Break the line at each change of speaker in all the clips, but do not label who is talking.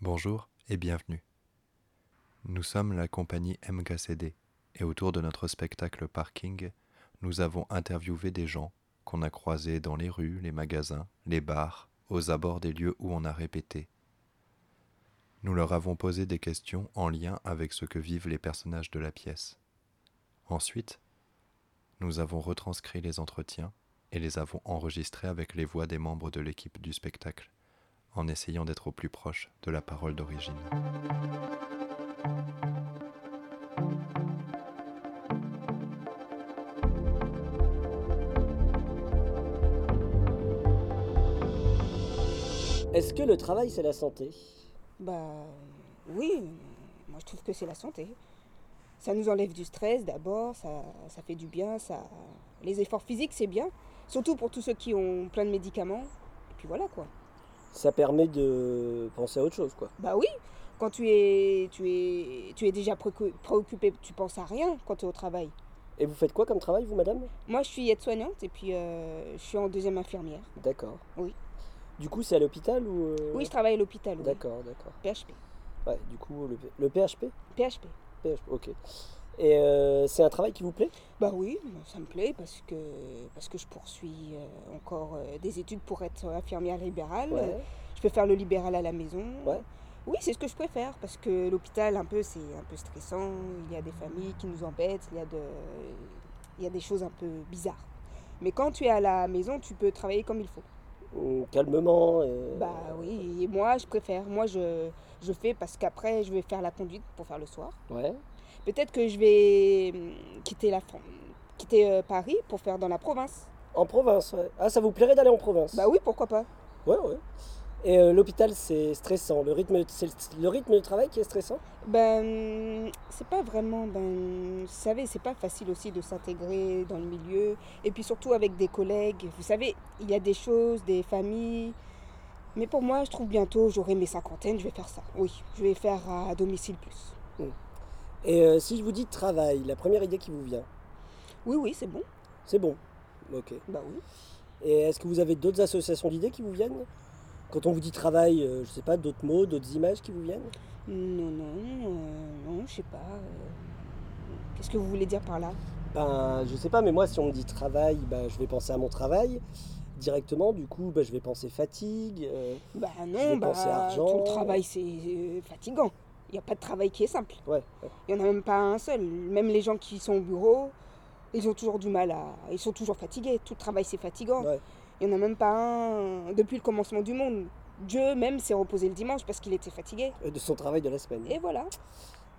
Bonjour et bienvenue. Nous sommes la compagnie MKCD et autour de notre spectacle Parking, nous avons interviewé des gens qu'on a croisés dans les rues, les magasins, les bars, aux abords des lieux où on a répété. Nous leur avons posé des questions en lien avec ce que vivent les personnages de la pièce. Ensuite, nous avons retranscrit les entretiens et les avons enregistrés avec les voix des membres de l'équipe du spectacle, en essayant d'être au plus proche de la parole d'origine.
Est-ce que le travail, c'est la santé
Bah oui, moi je trouve que c'est la santé. Ça nous enlève du stress d'abord, ça, ça fait du bien, ça... les efforts physiques c'est bien, surtout pour tous ceux qui ont plein de médicaments. Et puis voilà quoi.
Ça permet de penser à autre chose, quoi.
Bah oui, quand tu es, tu es, tu es déjà préco- préoccupé, tu penses à rien quand tu es au travail.
Et vous faites quoi comme travail, vous, madame
Moi je suis aide-soignante et puis euh, je suis en deuxième infirmière.
D'accord.
Oui.
Du coup, c'est à l'hôpital ou... euh,
Oui, je travaille à l'hôpital, oui.
D'accord, d'accord.
PHP.
Ouais, du coup, le, P- le PHP
PHP.
PHP, ok. Et euh, c'est un travail qui vous plaît
Bah oui, ça me plaît parce que, parce que je poursuis euh, encore euh, des études pour être infirmière libérale. Euh, Je peux faire le libéral à la maison.
Ouais.
Oui, c'est ce que je préfère parce que l'hôpital, un peu, c'est un peu stressant. Il y a des familles qui nous embêtent. Il y a, de, il y a des choses un peu bizarres. Mais quand tu es à la maison, tu peux travailler comme il faut.
Ou Calmement euh, et-
Bah oui, et moi, je préfère. Moi, je, je fais parce qu'après, je vais faire la conduite pour faire le soir.
Ouais.
Peut-être que je vais hum, quitter la France, quitter euh, Paris pour faire dans la province.
En province, ouais. Ah, ça vous plairait d'aller en province
Bah oui, pourquoi pas.
Ouais, ouais. Et euh, l'hôpital, c'est stressant. Le rythme, c'est le- le rythme de travail qui est stressant
Ben, c'est pas vraiment. Ben, vous savez, c'est pas facile aussi de s'intégrer dans le milieu. Et puis surtout avec des collègues. Vous savez, il y a des choses, des familles. Mais pour moi, je trouve bientôt, j'aurai mes cinquantaines, je vais faire ça. Oui, je vais faire à domicile plus.
Et euh, si je vous dis travail, la première idée qui vous vient,
Oui, oui, c'est bon.
c'est bon. Ok.
Bah oui.
Et est-ce que vous avez d'autres associations d'idées qui vous viennent Quand on vous dit travail, euh, je sais pas, d'autres mots, d'autres images qui vous viennent
Non, non, euh, non, je sais pas. euh, Qu'est-ce que vous voulez dire par là
Ben, je sais pas, mais moi, si on me dit travail, ben, je vais penser à mon travail directement. Du coup, ben, je vais penser fatigue. euh,
Bah
Je vais
non, bah,
penser argent.
tout le travail c'est euh, fatigant. Il n'y a pas de travail qui est simple.
ouais, ouais.
Il n'y en a même pas un seul. Même les gens qui sont au bureau, ils ont toujours du mal à... Ils sont toujours fatigués. Tout le travail c'est fatigant.
Ouais.
Il n'y en a même pas un depuis le commencement du monde. Dieu même s'est reposé le dimanche parce qu'il était fatigué.
Euh, de son travail de la semaine.
Et voilà.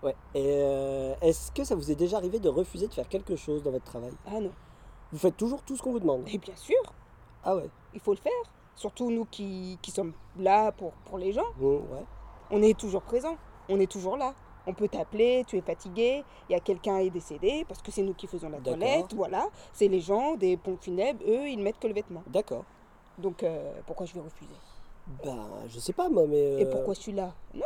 Ouais. Et euh, est-ce que ça vous est déjà arrivé de refuser de faire quelque chose dans votre travail
Ah non.
Vous faites toujours tout ce qu'on vous demande.
Et bien sûr,
Ah ouais.
il faut le faire. Surtout nous qui, qui sommes là pour, pour les gens.
Bon, Mmh, ouais.
On est toujours présent. On est toujours là. On peut t'appeler, tu es fatigué, il y a quelqu'un est décédé, parce que c'est nous qui faisons la
D'accord.
toilette, voilà. C'est les gens des pompes funèbres, eux, ils mettent que le vêtement.
D'accord.
Donc euh, pourquoi je vais refuser
Ben, je sais pas moi, mais.
Et
euh,
pourquoi je suis là Non,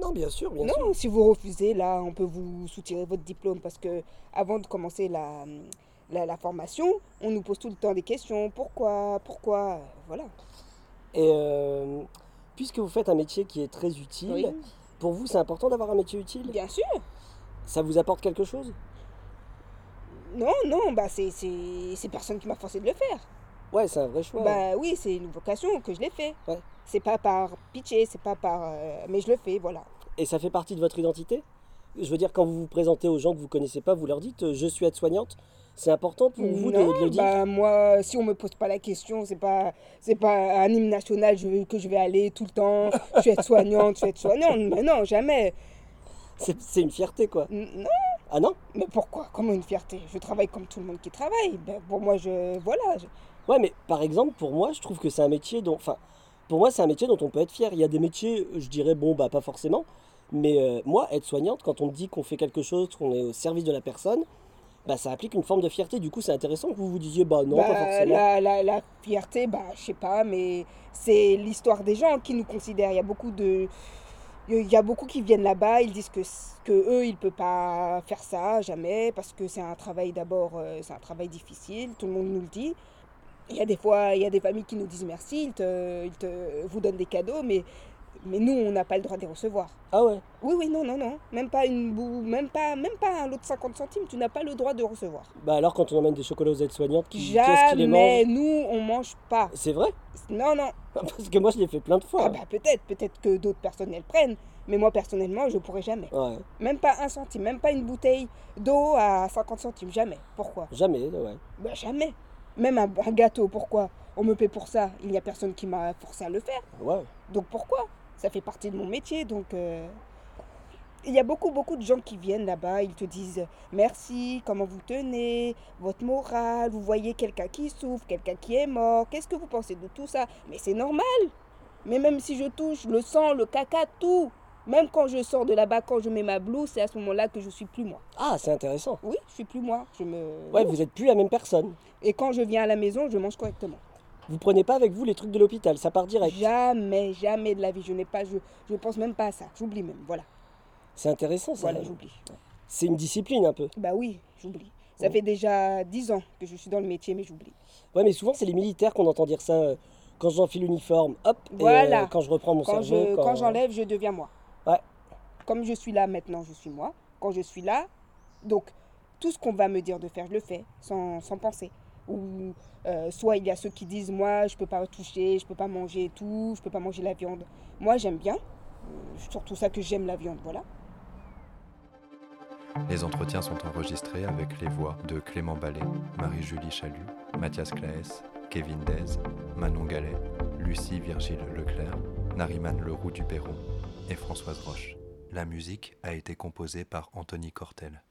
Non, bien sûr, bien sûr.
non, si vous refusez, là, on peut vous soutirer votre diplôme, parce que avant de commencer la, la, la formation, on nous pose tout le temps des questions. Pourquoi Pourquoi Voilà.
Et euh, puisque vous faites un métier qui est très utile,
Oui,
pour vous c'est important d'avoir un métier utile
bien sûr.
Ça vous apporte quelque chose
Non, non, bah c'est c'est- c'est personne qui m'a forcé de le faire.
Ouais, c'est un vrai choix.
Bah oui, c'est une vocation que je l'ai fait.
Ouais.
C'est pas par pitié, c'est pas par. euh, mais je le fais, voilà.
Et ça fait partie de votre identité Je veux dire, quand vous vous présentez aux gens que vous connaissez pas, vous leur dites euh, je suis aide-soignante. C'est important pour vous de-
Non,
de, le dire
bah moi, si on me pose pas la question, c'est pas, c'est pas un hymne national je- que je vais aller tout le temps. Je suis aide-soignante, je suis aide-soignante. Mais non, jamais.
C'est c'est une fierté quoi.
Non,
Ah non
mais pourquoi Comme une fierté. Je travaille comme tout le monde qui travaille. Ben, pour moi, je. Voilà. je-
Ouais, mais par exemple, pour moi, je trouve que c'est un métier dont. Enfin, pour moi, c'est un métier dont on peut être fier. Il y a des métiers, je dirais, bon, bah, pas forcément. Mais euh, moi, être soignante, quand on me dit qu'on fait quelque chose, qu'on est au service de la personne, bah, ça applique une forme de fierté. Du coup, c'est intéressant que vous vous disiez, bah, non,
bah,
pas forcément.
la, la- la fierté, bah, je sais pas, mais c'est l'histoire des gens qui nous considèrent. Il y a beaucoup de. Il y a beaucoup qui viennent là-bas, ils disent que, c- que eux, ils ne peuvent pas faire ça, jamais, parce que c'est un travail d'abord, euh, c'est un travail difficile, tout le monde nous le dit. Il y a des fois, il y a des familles qui nous disent merci, ils, te, ils te, vous donnent des cadeaux, mais Mais nous, on n'a pas le droit de les recevoir.
Ah ouais
Oui, oui, non, non, non. Même pas une boue, même pas, même pas un lot de 50 centimes, tu n'as pas le droit de recevoir.
Bah alors quand on emmène des chocolats aux aides-soignantes, qui, qui est-ce qui les
Jamais,
mange
nous, on mange pas.
C'est vrai
Non, non.
Parce que moi je l'ai fait plein de fois.
Ah bah peut-être, peut-être que d'autres personnes elles prennent. Mais moi, personnellement, je pourrais jamais.
Ouais,
Même pas un centime, même pas une bouteille d'eau à 50 centimes, jamais. Pourquoi
jamais, ouais.
Bah jamais. Même un, un gâteau, pourquoi On me paie pour ça, il n'y a personne qui m'a forcé à le faire.
Ouais.
Donc pourquoi Ça fait partie de mon métier, donc... euh, Il y a beaucoup, beaucoup de gens qui viennent là-bas, ils te disent merci, comment vous tenez, votre morale, vous voyez quelqu'un qui souffre, quelqu'un qui est mort, qu'est-ce que vous pensez de tout ça Mais c'est normal Mais même si je touche le sang, le caca, tout Même quand je sors de là-bas, quand je mets ma blouse, c'est à ce moment-là que je suis plus moi.
Ah c'est intéressant.
Oui, je suis plus moi, je me...
Ouais, vous êtes plus la même personne.
Et quand je viens à la maison, je mange correctement.
Vous prenez pas avec vous les trucs de l'hôpital, ça part direct.
Jamais, jamais de la vie, je n'ai pas, je, je pense même pas à ça. J'oublie même, voilà.
C'est intéressant ça.
Voilà,
même.
j'oublie.
C'est une discipline un peu.
Bah oui, j'oublie. Ça
Oh.
fait déjà 10 ans que je suis dans le métier, mais j'oublie.
Ouais, mais souvent c'est les militaires qu'on entend dire ça. euh, Quand j'enfile l'uniforme, hop, et,
Voilà.
euh, quand je reprends mon
Quand
cerveau.
je- quand j'enlève, je deviens moi.
Ouais.
Comme je suis là maintenant, je suis moi. Quand je suis là, donc tout ce qu'on va me dire de faire, je le fais, sans, sans penser. Ou euh, soit il y a ceux qui disent moi, je peux pas toucher, je peux pas manger et tout, je peux pas manger la viande. Moi, j'aime bien. Euh, C'est surtout ça que j'aime la viande, voilà.
Les entretiens sont enregistrés avec les voix de Clément Ballet, Marie-Julie Chalut, Mathias Claes, Kevin Dez, Manon Gallet, Lucie Virgile Leclerc, Nariman Leroux du Perron et Françoise Roche. La musique a été composée par Anthony Cortel.